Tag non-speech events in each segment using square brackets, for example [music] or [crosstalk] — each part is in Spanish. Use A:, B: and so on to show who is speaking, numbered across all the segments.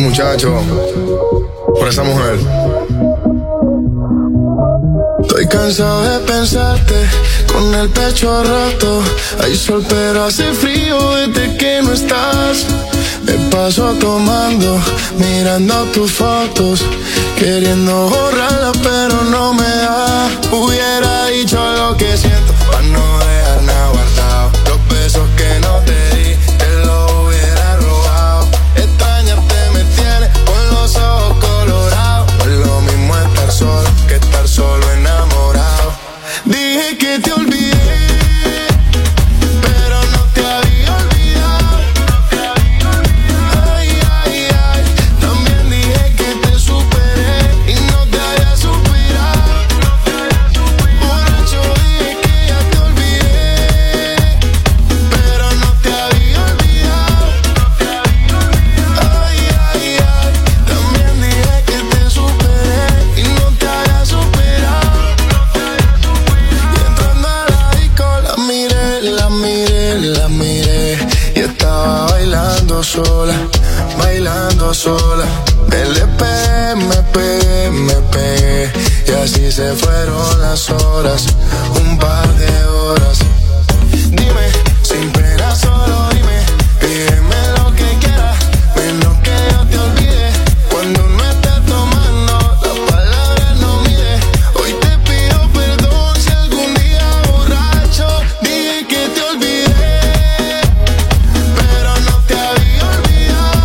A: muchacho por esa mujer.
B: Estoy cansado de pensarte con el pecho roto. Hay sol, pero hace frío desde que no estás. Me paso tomando, mirando tus fotos, queriendo borrarlas, pero no me da. Hubiera dicho lo que siento, pa' no dejar nada guardado. Los besos que no te di, te los hubiera robado. Extrañarte me tiene con los ojos colorados. No es lo mismo estar solo que estar solo enamorado. Dije que te olvidé, pero no te había olvidado. Ay, ay, ay, también dije que te superé y no te había superado. Por eso dije que ya te olvidé, pero no te había olvidado. Ay, ay, ay, también dije que te superé y no te había superado. Y entrando a la disco la miré, la miré, la miré Y estaba bailando sola, bailando sola Me le pegué, me pegué, me pegué Y así se fueron las horas, un par de horas Dime, sin pena solo dime Pídeme lo que quieras, menos que yo te olvide Cuando no estés tomando, las palabras no mide Hoy te pido perdón si algún día borracho Dije que te olvidé, pero no te había olvidado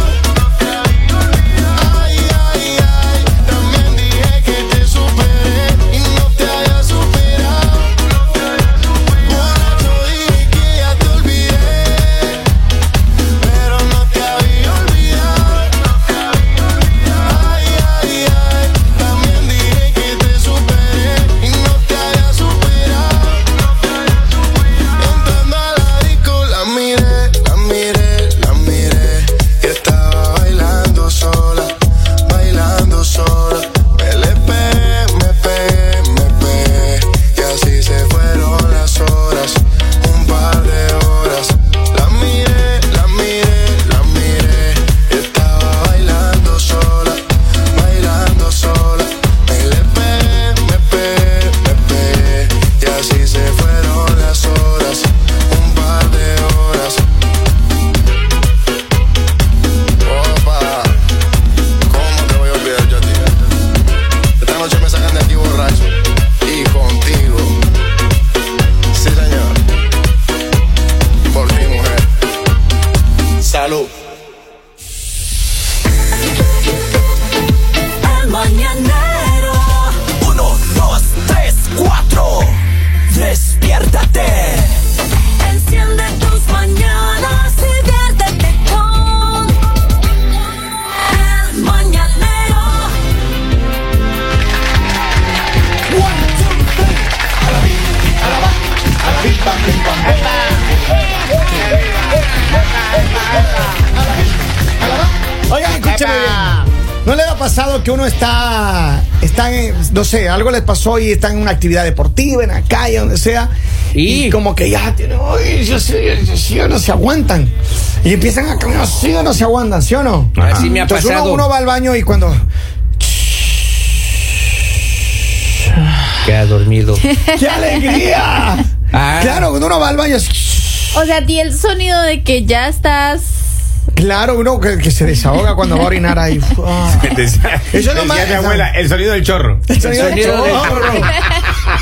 B: Ay, ay, ay, también dije que te superé Y no te había superado Borracho dije que ya te olvidé, pero no te había olvidado Ay, ay, ay, también dije que te superé y no te había superado. Entrando a la disco la miré, la miré, la miré y estaba bailando sola, bailando sola. Me le pegué, me pegué, me pegué y así se fueron las horas, un par de horas. La miré, la miré, la miré y estaba bailando sola, bailando sola. Me le pegué, me pegué, me pegué y así se fueron las horas, un par de horas.
A: Opa, ¿cómo te voy a olvidar yo a ti? Esta noche me sacan de aquí borracho y contigo. Sí, señor. Por ti, mujer.
C: Salud.
D: El mañanero.
C: Uno, dos, tres, cuatro. Despiértate.
D: Enciende tus mañanas y viértete con El mañanero.
E: Oigan, escúcheme bien. ¿No le ha pasado que uno está, está en- no sé, algo les pasó y están en una actividad deportiva, en la calle, donde sea, y,
F: Y-
E: como que ya tienen, "Ay, yo sé, yo sé, yo no se aguantan. Y empiezan a caminar, sí o no se aguantan, ¿sí o no?
F: Así me ha
E: Entonces uno,
F: pasado.
E: uno va al baño y cuando...
F: Queda dormido.
E: ¡Qué alegría!
F: [laughs] Ah.
E: Claro, cuando uno va al baño... es-
G: O sea, di el sonido de que ya estás.
E: Claro, uno que, que se desahoga cuando va a orinar
F: [laughs]
E: ahí. Ah.
H: [laughs]
E: Eso es lo más-
H: Decía mi abuela, el sonido del chorro.
E: El sonido del
F: sonido del-
E: chorro. [laughs]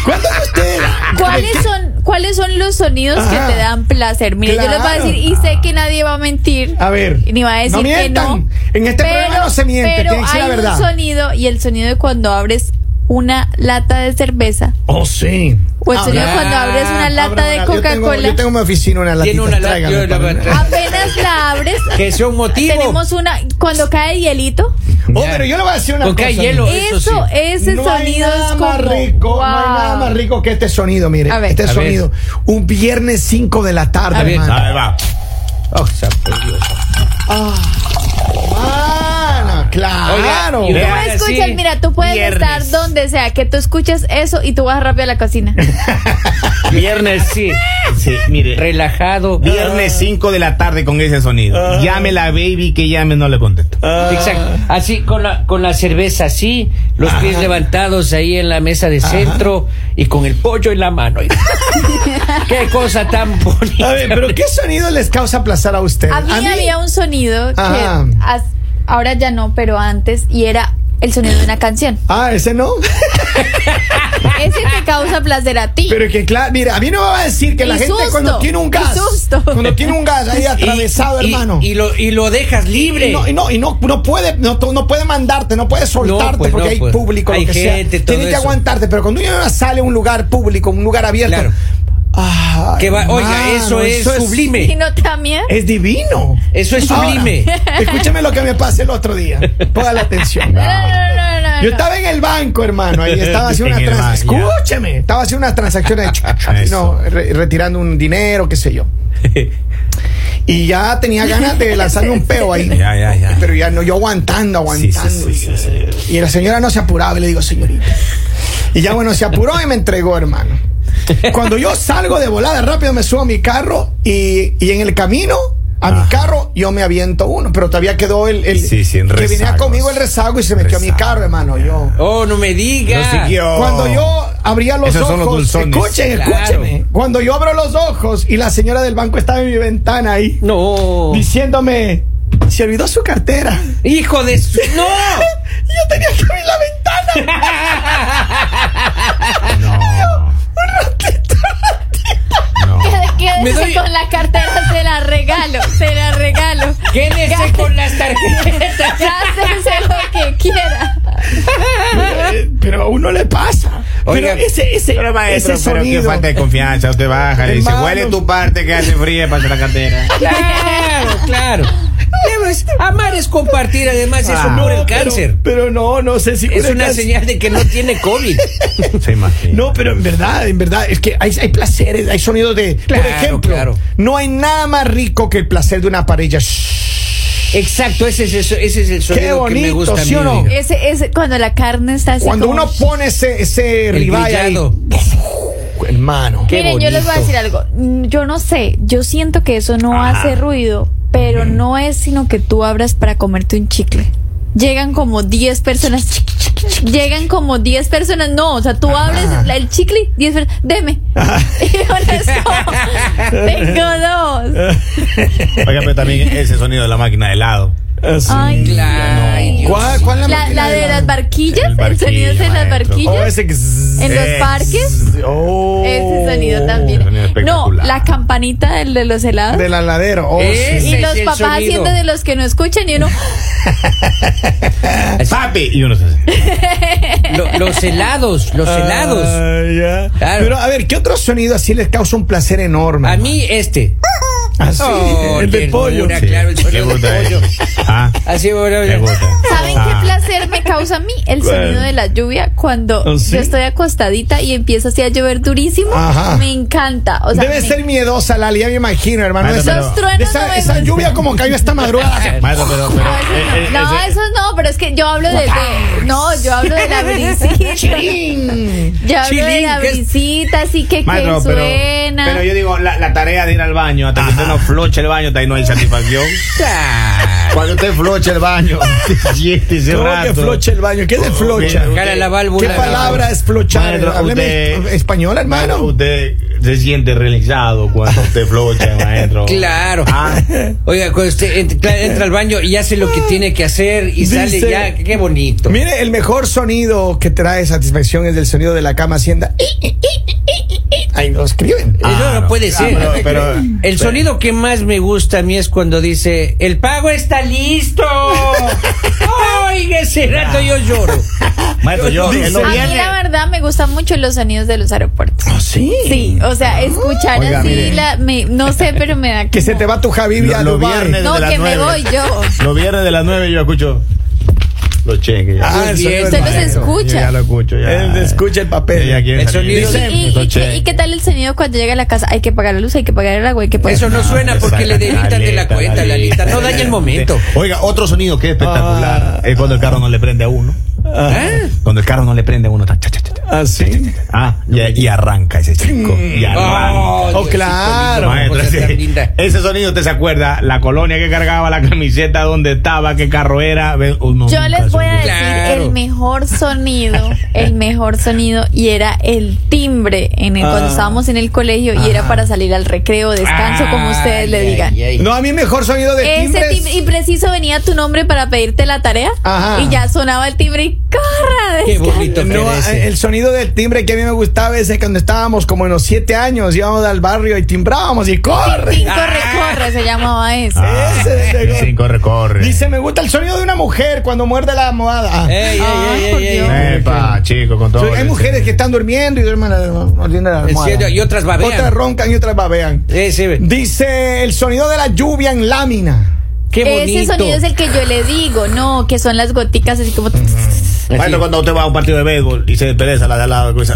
E: ¿Cuándo es usted?
G: ¿Cuáles son, ¿Cuáles son los sonidos
E: Ajá.
G: que te dan placer? Mire, yo les voy a
E: Claro.
G: decir, y sé que nadie va a mentir.
E: A ver.
G: Ni va a decir
E: no
G: que no.
E: mientan. En este programa no se miente,
G: pero
E: tiene que ser la
G: hay
E: verdad.
G: un sonido, y el sonido de cuando abres una lata de cerveza,
E: Oh, sí.
G: o el
E: Ah,
G: sonido
E: ah,
G: de cuando abres una lata
E: abra
G: de
E: una. Yo tengo- Yo tengo,
G: Coca-Cola.
E: en mi oficina una latita.
F: Tiene una lata,
E: tráigala
F: yo la
E: para-
F: voy a traer.
G: Apenas
E: [laughs]
G: la abres,
F: que sea un motivo.
G: tenemos una. Cuando cae hielito,
E: Oh, pero yo le voy a decir una
F: Porque
E: cosa.
F: hay hielo. Eso
G: eso,
F: sí.
G: ese
E: no hay
G: sonido
E: nada
G: es como.
E: más rico, no hay nada
G: wow.
E: más rico que este sonido, mire.
G: A ver.
E: Este
F: A ver.
E: sonido. Un viernes 5 de la tarde,
F: A ver. Ah.
E: hermano.
H: A ver, Ah, va.
F: Oh, sapo Dios.
E: Ah, Hermano, claro.
F: Oiga, y
G: Tú
F: le van a
G: escuchas,
F: decir,
G: mira, tú puedes estar
F: viernes.
G: donde sea, que tú escuches eso y tú vas rápido a la cocina.
F: Viernes, sí.
H: Sí, mire.
F: Relajado.
H: Viernes
E: Ah.
H: 5 de la tarde con ese sonido. Llámela, baby, que llame, no le contesto.
E: Ah.
F: Exacto. Así, con la, con la cerveza así, los pies levantados ahí en la mesa de centro y con el pollo en
E: [laughs]
F: la mano. oiga. Qué cosa tan bonita.
E: A ver, pero ¿qué sonido les causa placer a ustedes?
G: A mí, había un sonido
E: Ajá.
G: que as- ahora ya no, pero antes, y era el sonido de una canción.
E: Ah, ese no.
G: Ese te causa placer a ti.
E: Pero que claro, mira, a mí no me va a decir que la
G: Y
E: gente
G: susto,
E: cuando tiene un
G: y
E: gas,
G: susto.
E: cuando tiene un gas
G: [laughs]
E: ahí atravesado,
F: Y- y-
E: hermano.
F: Y, lo, y lo dejas libre.
E: Y no, y no, y no, no puede, no, no puede mandarte, no puede soltarte
F: No, pues,
E: porque
F: no,
E: hay
F: pues.
E: público,
F: Hay
E: lo que
F: gente,
E: sea.
F: todo
E: Tiene que
F: eso.
E: aguantarte, pero cuando uno sale a un lugar público, un lugar abierto.
F: Claro.
E: ah,
F: Que va- oiga,
E: hermano,
F: eso es sublime.
G: Si no te da miedo.
E: Es divino.
F: Eso es
E: Ahora,
F: sublime.
E: escúchame lo que me pasé el otro día. Ponga la atención.
G: [laughs] No, no, no, no.
E: Yo estaba en el banco, hermano, ahí estaba haciendo
H: [laughs] En
E: una
H: el
E: transacción.
H: banco, ya.
E: Escúcheme, estaba haciendo unas transacciones, no, re- retirando un dinero, qué sé yo. Y ya tenía ganas de lanzarme un peo ahí.
H: [laughs] Ya, ya, ya.
E: Pero ya no, yo aguantando,
H: Sí, sí,
E: aguantando.
H: sí, sí, sí.
E: Y la señora no se apuraba, y le digo, señorita. Y ya bueno, se apuró y me entregó, hermano. Cuando yo salgo de volada rápido, me subo a mi carro y, y en el camino a mi
H: Ajá.
E: carro yo me aviento uno, pero todavía quedó el, el-
H: Sí, sí, en
E: que venía
H: rezagos.
E: conmigo el rezago y se metió a mi
H: Rezago.
E: carro, hermano. Yo.
F: Oh, no me diga.
H: Yo sí quiero-
E: Cuando yo abría los
H: Esos son los
E: ojos,
H: dulzones.
E: escuchen,
F: Claro.
E: escúchenme. Cuando yo abro los ojos y la señora del banco estaba en mi ventana ahí,
F: No.
E: diciéndome, se olvidó su cartera.
F: Hijo de su. ¡No!
E: Y [laughs] yo tenía que abrir la ventana. [laughs]
G: Quédese
F: Me doy-
G: con la cartera, se la regalo, se la regalo.
F: Quédese con las
E: [laughs]
F: tarjetas.
G: Gástense lo que quiera.
E: Eh, pero a uno le pasa.
F: Oiga,
E: pero ese, ese,
H: Pero maestro,
E: ese
H: pero qué
E: sonido.
H: falta de confianza. Usted baja, le dice,
E: Hermano.
H: huele tu parte que hace fría para la cartera.
F: Claro, claro. Debes- amar es compartir, además es
H: Ah.
F: un
E: Pero-
F: el cáncer.
E: Pero no, no sé si
F: Es
E: cura el
F: una
E: cáncer.
F: señal de que no tiene COVID.
H: [laughs] Se imagina.
E: No, pero en verdad, en verdad, es que hay, hay placeres, hay sonidos de.
F: Claro,
E: por ejemplo,
F: claro.
E: no hay nada más rico que el placer de una pareja.
F: Exacto, ese es, el- ese es el sonido que me
E: bonito,
F: gusta a mí,
E: ¿sí o no?
F: oiga.
G: Ese es cuando la carne está así.
E: Cuando
G: como-
E: uno pone ese, ese
F: El
E: ribeye ahí,
F: grillado.
E: hermano.
F: Qué
G: Miren, yo les voy
F: bonito.
G: a decir algo. Mm, Yo no sé, yo siento que eso no
H: Ajá.
G: hace ruido, pero no es sino que tú abras para comerte un chicle. Llegan como 10 personas. [laughs] chic, chic, chic, Llegan como 10 personas. No, o sea, tú abres la- el chicle, y 10 personas. Deme. [laughs] Y ahora es como, Tengo dos.
H: Oiga, pero también ese sonido de la máquina de helado.
G: Ay,
F: Ay, Dios.
E: ¿Cuál, cuál la,
G: La,
E: máquina
G: la de
E: helado?
G: las barquillas, el,
H: barquillo,
G: sonido es en las
H: maestro.
E: Oh,
G: barquillas.
E: ese que zzz,
G: En los
H: Eh,
G: parques,
E: oh.
G: ese sonido
H: Ese sonido
G: también. No,
H: espectacular.
G: la campanita del de los helados.
E: Del heladero. Oh,
F: Eh,
E: sí.
G: Y
F: Ese
G: los
F: es el
G: papás
F: sonido.
G: haciendo de los que no escuchan y uno,
H: ¡Papi! Y uno se hace.
F: Lo- los helados, los helados.
E: Ah, ya.
F: Claro.
E: Pero a ver, ¿qué otro sonido así les causa un placer enorme?
G: Ah,
F: A mí este.
E: Así,
F: Oh,
E: Ah, el de
F: ternura,
E: pollo.
F: Sí. Claro, el
H: Le
F: sonido del
H: gusta
F: pollo.
H: eso. Ah,
F: Así, bueno,
H: le gusta.
G: ¿saben
H: Ah.
G: qué placer me causa a mí? El sonido de la lluvia cuando
E: ¿Ah, sí?
G: yo estoy acostadita y empieza así a llover durísimo.
E: Ajá.
G: Me encanta. O sea,
E: Debe
G: me-
E: ser miedosa, Lali, ya me imagino, hermano.
H: Bueno,
E: Esa,
H: pero-
G: los truenos no
E: esa,
G: me
E: esa
G: gustan.
E: lluvia como cayó esta
G: [laughs]
E: madrugada.
H: Maestro, pero.
G: No,
H: pero
G: esos
H: eh, eh,
G: no, No,
H: ese-
G: esos no, pero es que yo hablo de, de- no, yo hablo de la brisita. yo hablo de
F: Chilín,
G: la
F: ¿qué es?
G: brisita, así que
H: Maestro,
G: que
H: pero,
G: suena.
H: pero yo digo, la, la tarea de ir al baño, hasta que usted no floche el baño, hasta ahí no
G: [laughs]
H: hay satisfacción.
F: Ah,
H: Cuando usted floche el [laughs] baño, siente ese
E: ¿Cómo que
H: rato. Oh,
E: flocha el baño? ¿Qué es de flocha?
H: ok.
F: Cara la válvula.
E: ¿Qué palabra es flochar?
H: Maestro,
E: Hábleme
H: usted-
E: español, hermano.
H: Usted se siente realizado cuando usted flocha, [laughs] maestro.
F: Claro.
H: Ah,
F: [laughs] Oiga, cuando usted ent- claro, entra, al baño y hace lo que tiene que hacer y
E: Dice-
F: sale ya, qué bonito.
E: Mire, el mejor sonido que trae satisfacción es el sonido de la cama
G: [laughs]
E: hacienda. Ahí lo escriben.
F: Eso
H: Ah,
F: no
H: no.
F: puede
H: Ah,
F: ser.
H: pero- pero-
F: el sonido que más me gusta a mí es cuando dice, el pago está listo. Oiga, ese rato yo lloro.
H: maestro, yo. eh,
E: Dice-
H: él no
G: a mí
H: viene.
G: la verdad me gustan mucho los sonidos de los aeropuertos.
H: Ah,
E: ¿Sí?
G: Sí, o sea, escuchar
E: Oiga,
G: así
E: mire.
G: la me- no sé, pero me da
E: Que se te va tu Javi
H: Lo-
E: a
H: lo
E: Dubái.
H: viernes.
G: No,
H: desde las
G: que me
H: nueve.
G: voy yo.
H: Los viernes de las 9 yo escucho. Los cheques. ya.
E: Ah, el
F: Muy bien.
E: sonido
G: Usted
E: del
G: los
E: maestro.
H: Yo
G: escucha.
H: ya lo escucho, ya.
E: Él escucha el papel.
H: Ya quiere
F: El
H: salir.
F: sonido
G: Sí,
F: de-
G: ¿Y, y
H: Los
G: qué,
H: cheques.
G: y qué tal el sonido cuando llega a la casa? Hay que pagar la luz, hay que pagar el agua, hay que pagar.
F: Eso no suena
H: que
F: porque le
H: sacan
F: debitan de la cuenta, la lista. No daña el momento.
H: Oiga, otro sonido que es espectacular es cuando el carro no le prende a uno.
F: ¿Ah?
H: Cuando el carro no le prende a uno, está cha, cha, cha, cha.
E: Así.
H: Ah, y, y arranca ese chico. Y
F: Oh,
H: arranca.
E: Oh,
F: Diosito
E: claro.
F: lindo, qué
H: Maestro,
F: cosa
H: ese,
F: tan linda.
H: ese sonido te se acuerda, la colonia que cargaba, la camiseta donde estaba, qué carro era. Ve- uno
G: Yo
H: nunca
G: les voy a
H: supo.
G: decir
F: Claro.
G: el mejor sonido, el mejor sonido, y era el timbre en el, cuando
E: Ah.
G: estábamos en el colegio y era para salir al recreo, descanso,
F: Ah,
G: como ustedes le
F: Ay,
G: digan.
F: ay, ay.
E: No, a mí mejor sonido de
G: Ese
E: timbres.
G: timbre, y preciso venía tu nombre para pedirte la tarea,
E: Ajá.
G: y ya sonaba el timbre y ¡corra!
F: Qué
G: descansa!
F: bonito que
E: No, eh,
F: eres.
E: el sonido del timbre que a mí me gustaba ese cuando estábamos como en los siete años, íbamos al barrio y timbrábamos y corre.
G: Tin, corre, corre, se llamaba ese.
H: Ah,
E: Ese de-
H: sí, corre, corre.
E: Dice, me gusta el sonido de una mujer cuando muerde la almohada. Ah.
H: Eh.
F: Ey, ey,
G: Ay,
F: ey,
G: por
F: ey, ey.
G: Dios.
H: Epa, chico, con todo.
E: Hay
H: respeto.
E: mujeres que están durmiendo y duermen la- mordiendo la almohada.
F: serio, y otras babean.
E: Otras roncan y otras babean.
F: Ese,
E: Dice, el sonido de la lluvia en lámina.
F: qué bonito.
G: Ese sonido es el que yo le digo, no, que son las goticas así como.
H: Bueno, cuando usted va a un partido de béisbol y se despereza la de al lado, pues, ah,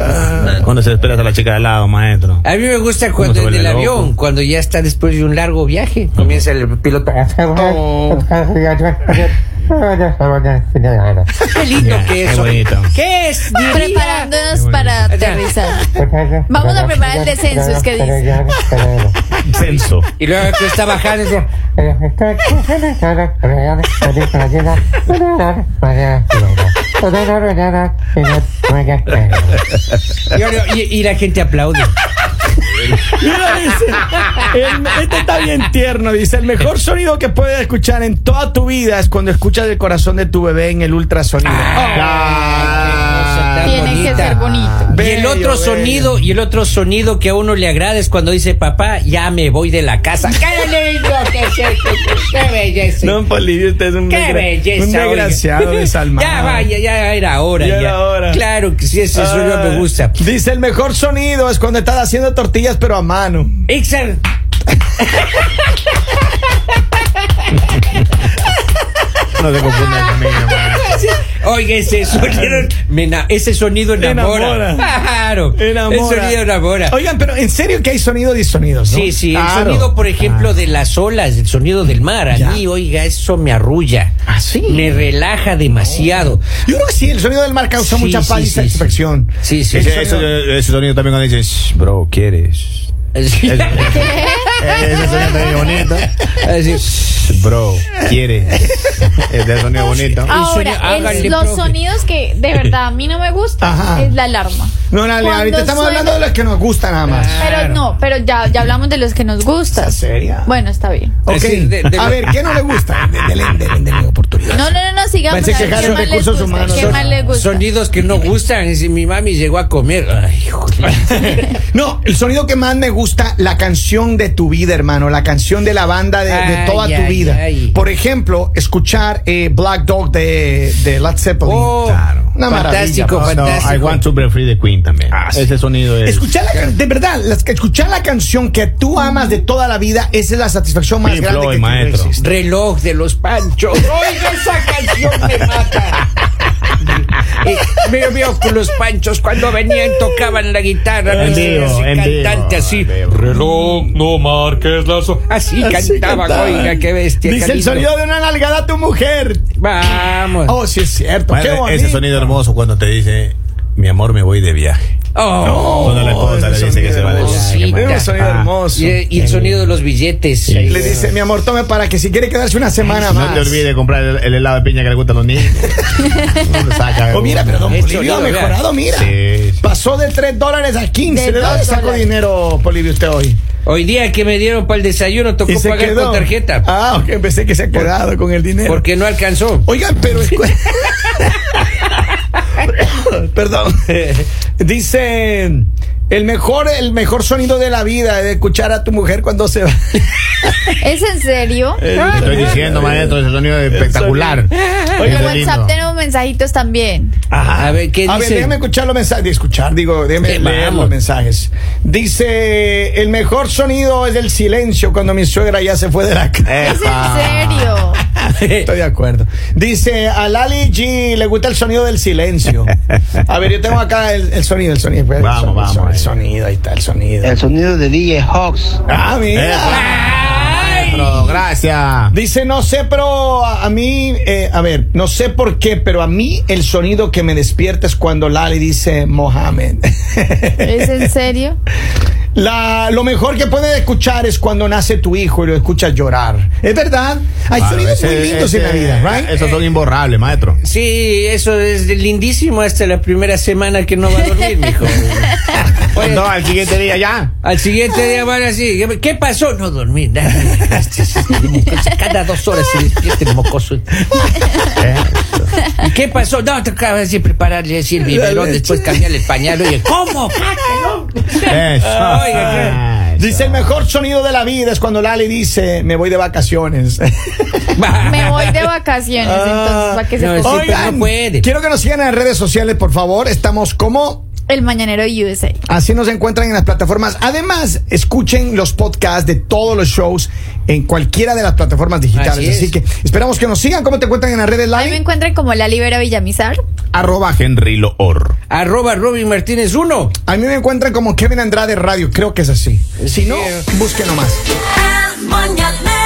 H: ah, cuando se despereza la chica de al
F: [laughs]
H: lado, maestro.
F: A mí me gusta
H: Uno se
F: cuando en
H: vuelve
F: el
H: loco.
F: avión, cuando ya está después de un largo viaje, comienza el piloto. Qué lindo
H: Ya,
F: que
H: qué
F: eso.
H: bonito.
F: ¿Qué es?
G: preparándonos para aterrizar. Vamos a preparar el descenso, es que dice.
H: Censo.
F: Y luego que está bajando, dice, y, ahora- y- y la gente aplaude.
E: Mira, dice, el- este está bien tierno. Dice, el mejor sonido que puedes escuchar en toda tu vida es cuando escuchas el corazón de tu bebé en el ultrasonido. Ah,
F: Ah, qué cosa tan
G: Tiene que
F: bonita.
G: ser bonito.
F: y el
E: Bello,
F: otro
E: bello.
F: sonido, y el otro sonido que a uno le agrada es cuando dice papá, ya me voy de
E: [laughs]
F: la casa. ¡Qué lindo que es esto! ¡Qué belleza!
E: No, Polivio, usted es un,
F: ¡Qué
E: desgra-
F: belleza!
E: un
F: oiga!
E: desgraciado desalmado.
F: [laughs] Ya vaya, ya era hora.
E: Ya era hora.
F: Claro que sí, ese sonido
E: Ah.
F: me gusta.
E: Dice, el mejor sonido es cuando estás haciendo tortillas, pero a mano.
F: Ixer.
H: No se confunda conmigo, maestro.
F: Oiga, ese sonido, [laughs] me ena- ese sonido enamora.
E: Enamora.
F: Claro.
E: Enamora.
F: Ese sonido enamora.
E: Oigan, pero en serio que hay sonidos y sonidos, ¿no?
F: Sí, sí, el
E: Claro. Ah.
F: sonido, por ejemplo, de las olas, el sonido del mar, a
E: Ya.
F: mí, oiga, eso me arrulla.
E: Ah, sí.
F: Me relaja demasiado.
E: Yo creo que sí, el sonido del mar causa
F: Sí,
E: mucha
F: sí,
E: paz y
F: sí, sí.
E: satisfacción.
F: Sí, sí.
H: Ese, ese- ese sonido también cuando dicen, "Shh, bro, ¿quieres?
E: [laughs]
F: Así- [laughs]
H: Ese sonido también bonito.
F: así.
H: "Shh, Bro, ¿quieres? Ese sonido bonito.
G: Ahora, el-
F: hágale,
G: los
F: profe.
G: sonidos que de verdad a mí no me
E: Ajá.
G: gustan es la alarma.
E: No, dale,
G: Cuando
E: ahorita estamos
G: suena-
E: hablando de los que nos gustan nada más.
F: Ah,
G: Pero no, pero ya, ya hablamos de los que nos gustan.
E: seria?
G: Bueno, está bien.
E: Ok,
F: Es decir, de- de-
E: a ver, ¿qué no le
F: [laughs]
E: gusta? Denle, denle, denle oportunidad.
G: No, no, no, no, sigamos.
E: Pensé
G: a ver,
E: que Harold
G: ¿Qué más les
E: Recursos
G: gusta?
E: Humanos.
G: ¿Qué
E: Son-
G: más les gusta?
F: Sonidos que no gustan. Es decir, mi mami llegó a comer. Ay,
E: [laughs]
F: joder.
E: No, el sonido que más me gusta, la canción de tu vida, hermano, la canción de la banda de, de
F: Ay,
E: toda tu
F: ay,
E: vida.
F: ay.
E: Por ejemplo, escuchar eh, Black Dog de, de Led Zeppelin.
F: Oh,
H: Claro.
E: Una maravilla.
F: fantástico,
E: pa.
H: No,
F: fantástico.
H: I want to be free the queen también.
E: Ah, sí.
H: Ese sonido es.
E: Escuchar la, can- de verdad, las que- escuchar la canción que tú amas de toda la vida, esa es la satisfacción más
H: Pink
E: grande
H: Floyd,
E: que
H: maestro.
E: maestro.
F: Reloj de los panchos. Oiga, esa canción me [laughs] mata. Eh, Me veo con los panchos cuando venían tocaban la guitarra.
H: En
F: no sé,
H: vivo,
F: así
H: en vivo,
F: cantante así.
H: en vivo.
F: Reloj, no marques las. ho-". Así, cantaba, oiga, qué bestia.
E: Dice
F: qué
E: el
F: lindo. Ah.
E: sonido de una nalgada a tu mujer.
F: Vamos.
E: Oh, sí es cierto.
H: Bueno,
E: qué bonito.
H: ese sonido hermoso cuando te dice, mi amor, me voy de viaje.
F: Oh.
H: cuando la esposa
E: ese
H: le dice que se va de
E: sonido Es
F: hermoso.
H: viaje. maestro.
E: un sonido
H: Ah.
E: hermoso.
F: Y, y el sonido de los billetes.
E: Le dice, mi amor, tome para que si quiere quedarse una semana
H: No
E: más.
H: te olvides de comprar el, el helado de piña que le gustan
E: [laughs]
H: los niños. Uno saca
E: Oh, mira,
H: uno.
E: pero don
F: Esto
E: Polivio ha
F: yo, vea.
E: mejorado, mira.
H: Sí, sí.
E: Pasó de 3 dólares a 15.
G: De
E: ¿De dónde
G: dos
E: sacó
G: dólares.
E: dinero, Polivio, usted hoy?
F: Hoy día que me dieron para el desayuno tocó pagar con tarjeta.
E: Ah, ok, pensé que se ha quedado con el dinero.
F: Porque no alcanzó.
E: Oigan, pero. [laughs] Perdón. Dice. El mejor, el mejor sonido de la vida es escuchar a tu mujer cuando se va.
G: ¿Es en serio?
H: Te estoy diciendo, maestro, ese sonido es espectacular.
G: En
H: Ese lindo.
G: WhatsApp tenemos mensajitos también.
E: Ajá.
F: A ver, ¿qué
E: A
F: dice?
E: ver, déjame escuchar los mensajes. Escuchar, digo, déjame
F: Sí,
E: leer
F: vamos.
E: los mensajes. Dice: El mejor sonido es el silencio cuando mi suegra ya se fue de la casa.
G: ¿Es
H: Epa.
G: en serio?
E: [laughs] Estoy de acuerdo. Dice: A Lali G le gusta el sonido del silencio. A ver, yo tengo acá el, el sonido, el sonido. Pues, el
H: Vamos,
E: sonido,
H: vamos,
E: El
H: ahí.
E: sonido, ahí está el sonido.
I: El sonido de DJ Hawks.
E: Ah,
H: Epa,
E: mira.
H: Eh, maestro, gracias.
E: Dice, no sé, pero a, a mí, eh, a ver, no sé por qué, pero a mí el sonido que me despierta es cuando Lali dice Mohamed. [laughs]
G: ¿Es en serio?
E: La, lo mejor que puedes escuchar es cuando nace tu hijo y lo escuchas llorar. Es verdad. Hay
H: Claro,
E: sonidos muy
H: ese-
E: lindos en la
H: ese-
E: vida, ¿right?
H: Esos son imborrables, maestro.
F: Sí, eso es lindísimo hasta la primera semana que no va a dormir,
E: [laughs]
F: mijo. Oye,
H: No, al siguiente día ya.
F: Al siguiente día van así. ¿Qué pasó? No dormí. nada. Cada dos horas se despierta el mocoso. ¿Y ¿Qué pasó? No, tocaba así prepararle así el biberón, después cambiarle el pañal. Oye, ¿cómo?
G: [laughs]
H: Eso.
F: Oiga,
E: Dice, el mejor sonido de la vida es cuando Lali dice, me voy de vacaciones.
G: Me voy de vacaciones, entonces, ¿para qué se
F: No,
E: [laughs]
G: puso?
F: sí, pero no puede.
E: quiero que nos sigan en las redes sociales, por favor. Estamos como
G: El Mañanero USA.
E: Así nos encuentran en las plataformas. Además, escuchen los podcasts de todos los shows en cualquiera de las plataformas digitales.
F: Así
E: Así,
F: es.
E: que esperamos que nos sigan. ¿Cómo te encuentran en las redes
G: Ahí me
E: live?
G: encuentran como La Libera Villamizar.
H: Arroba Henry Loor.
F: Arroba Robin Martínez 1.
E: A mí me encuentran como Kevin Andrade Radio. Creo que es así. Si no,
F: Sí.
E: busquen nomás.
D: El Mañanero.